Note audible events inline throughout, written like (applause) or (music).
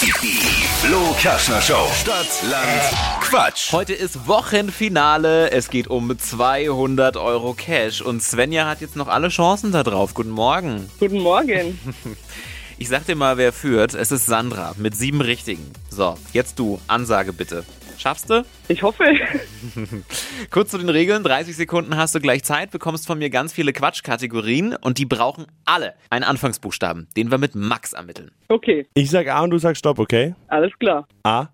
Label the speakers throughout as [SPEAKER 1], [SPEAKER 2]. [SPEAKER 1] Die Flo Kaschner Show. Stadt, Land, Quatsch.
[SPEAKER 2] Heute ist Wochenfinale. Es geht um 200 Euro Cash. Und Svenja hat jetzt noch alle Chancen da drauf. Guten Morgen.
[SPEAKER 3] Guten Morgen.
[SPEAKER 2] Ich sag dir mal, wer führt. Es ist Sandra mit sieben Richtigen. So, jetzt du. Ansage bitte. Schaffst du?
[SPEAKER 3] Ich hoffe. (laughs)
[SPEAKER 2] Kurz zu den Regeln. 30 Sekunden hast du gleich Zeit, bekommst von mir ganz viele Quatschkategorien und die brauchen alle einen Anfangsbuchstaben, den wir mit Max ermitteln.
[SPEAKER 3] Okay,
[SPEAKER 4] Ich sag A und du sagst Stopp, okay?
[SPEAKER 3] alles klar.
[SPEAKER 4] A,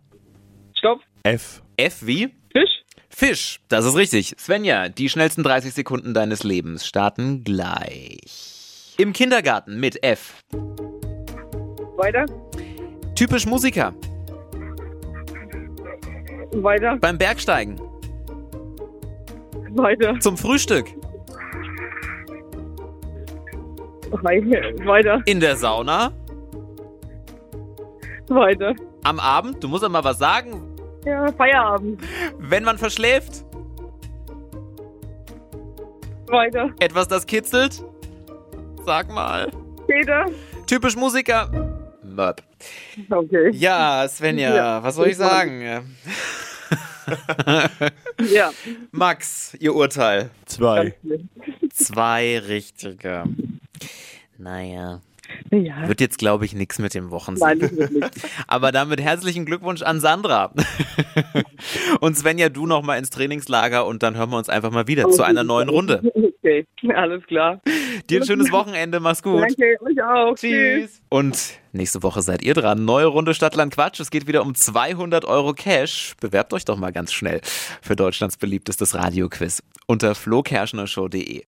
[SPEAKER 3] Stopp.
[SPEAKER 4] F.
[SPEAKER 2] F wie
[SPEAKER 3] Fisch.
[SPEAKER 2] Fisch. Das ist richtig. Svenja, die schnellsten 30 Sekunden deines Lebens starten gleich. Im Kindergarten mit F.
[SPEAKER 3] Weiter.
[SPEAKER 2] Typisch Musiker.
[SPEAKER 3] Weiter.
[SPEAKER 2] Beim Bergsteigen.
[SPEAKER 3] Weiter.
[SPEAKER 2] Zum Frühstück.
[SPEAKER 3] Weiter. Weiter.
[SPEAKER 2] In der Sauna.
[SPEAKER 3] Weiter.
[SPEAKER 2] Am Abend. Du musst ja mal was sagen.
[SPEAKER 3] Ja, Feierabend.
[SPEAKER 2] Wenn man verschläft.
[SPEAKER 3] Weiter.
[SPEAKER 2] Etwas, das kitzelt. Sag mal.
[SPEAKER 3] Peter.
[SPEAKER 2] Typisch Musiker. Möp.
[SPEAKER 3] Okay.
[SPEAKER 2] Ja, Svenja,
[SPEAKER 3] Ja,
[SPEAKER 2] was soll ich
[SPEAKER 3] ich weiß.
[SPEAKER 2] sagen?
[SPEAKER 3] Ja.
[SPEAKER 2] Max, ihr Urteil.
[SPEAKER 4] Zwei.
[SPEAKER 2] Zwei richtige. Naja.
[SPEAKER 3] Ja.
[SPEAKER 2] Wird jetzt, glaube ich, nichts mit dem Wochensieg.
[SPEAKER 3] Nein, das wird nicht.
[SPEAKER 2] Aber damit herzlichen Glückwunsch an (laughs) Sandra. und Svenja, du nochmal ins Trainingslager und dann hören wir uns einfach mal wieder zu einer neuen Runde.
[SPEAKER 3] Okay, alles klar.
[SPEAKER 2] Dir ein schönes Wochenende, mach's gut.
[SPEAKER 3] Danke, euch auch.
[SPEAKER 2] Tschüss. Und nächste Woche seid ihr dran. Neue Runde Stadtland Quatsch. Es geht wieder um 200 Euro Cash. Bewerbt euch doch mal ganz schnell für Deutschlands beliebtestes Radioquiz unter flokerschnershow.de.